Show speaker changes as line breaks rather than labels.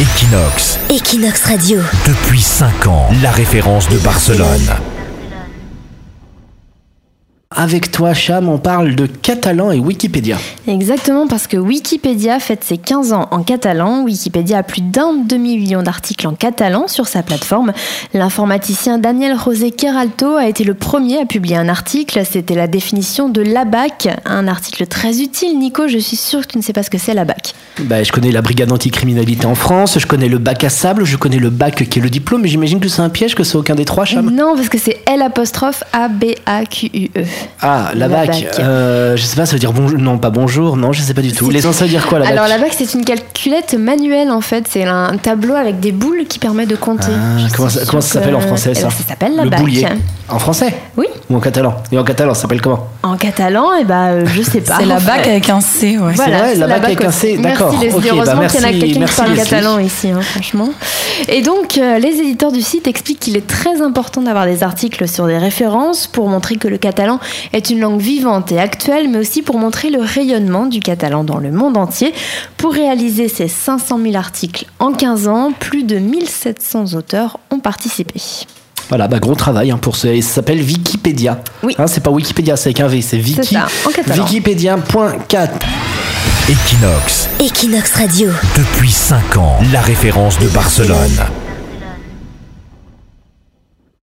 Equinox,
Equinox Radio.
depuis 5 ans, la référence de Barcelone.
Avec toi, Cham, on parle de catalan et Wikipédia.
Exactement, parce que Wikipédia fête ses 15 ans en catalan. Wikipédia a plus d'un demi-million d'articles en catalan sur sa plateforme. L'informaticien Daniel José Queralto a été le premier à publier un article. C'était la définition de l'ABAC, un article très utile. Nico, je suis sûre que tu ne sais pas ce que c'est l'ABAC.
Bah, je connais la brigade anticriminalité en France, je connais le bac à sable, je connais le bac qui est le diplôme, mais j'imagine que c'est un piège, que c'est aucun des trois, Cham.
Non, parce que c'est L apostrophe A B A Q U E.
Ah, la,
La
bac.
bac.
Euh, je sais pas, ça veut dire bonjour. Non, pas bonjour, non, je sais pas du tout.
Si.
Les uns, ça veut dire quoi, Ah, la
Alors
bac
la BAC, c'est une calculette manuelle en fait. C'est un tableau avec des boules qui permet de compter.
Ah,
Je
comment
suis
ça, comment ça
sûre
s'appelle en
que-
français
Eh
ça
ben, Ça s'appelle la
Le
BAC.
boulier. En français
Oui.
Ou en catalan Et en catalan, ça s'appelle comment
En catalan, eh ben, euh, je sais pas.
C'est la
En
bac
fait.
avec un C, ouais.
Voilà,
vrai,
c'est
la BAC avec un
aussi.
C, d'accord.
Merci
Ok,
Leslie,
bah
heureusement qu'il y en a
merci-
quelqu'un
merci,
qui parle
Leslie.
catalan ici, hein, franchement. Et donc, euh, les éditeurs du site expliquent qu'il est très important d'avoir des articles sur des références pour montrer que le catalan est une langue vivante et actuelle, mais aussi pour montrer le rayonnement du catalan dans le monde entier. Pour réaliser ces 500 000 articles en 15 ans, plus de 1700 auteurs ont participé.
Voilà, bah gros travail hein, pour ce. et ça s'appelle Wikipédia.
Oui.
Hein, c'est pas Wikipédia, c'est avec un V, c'est Wiki.
ça, en catalan.
Wikipédia.cat.
Equinox,
Equinox Radio.
depuis 5 ans, la référence de Barcelone.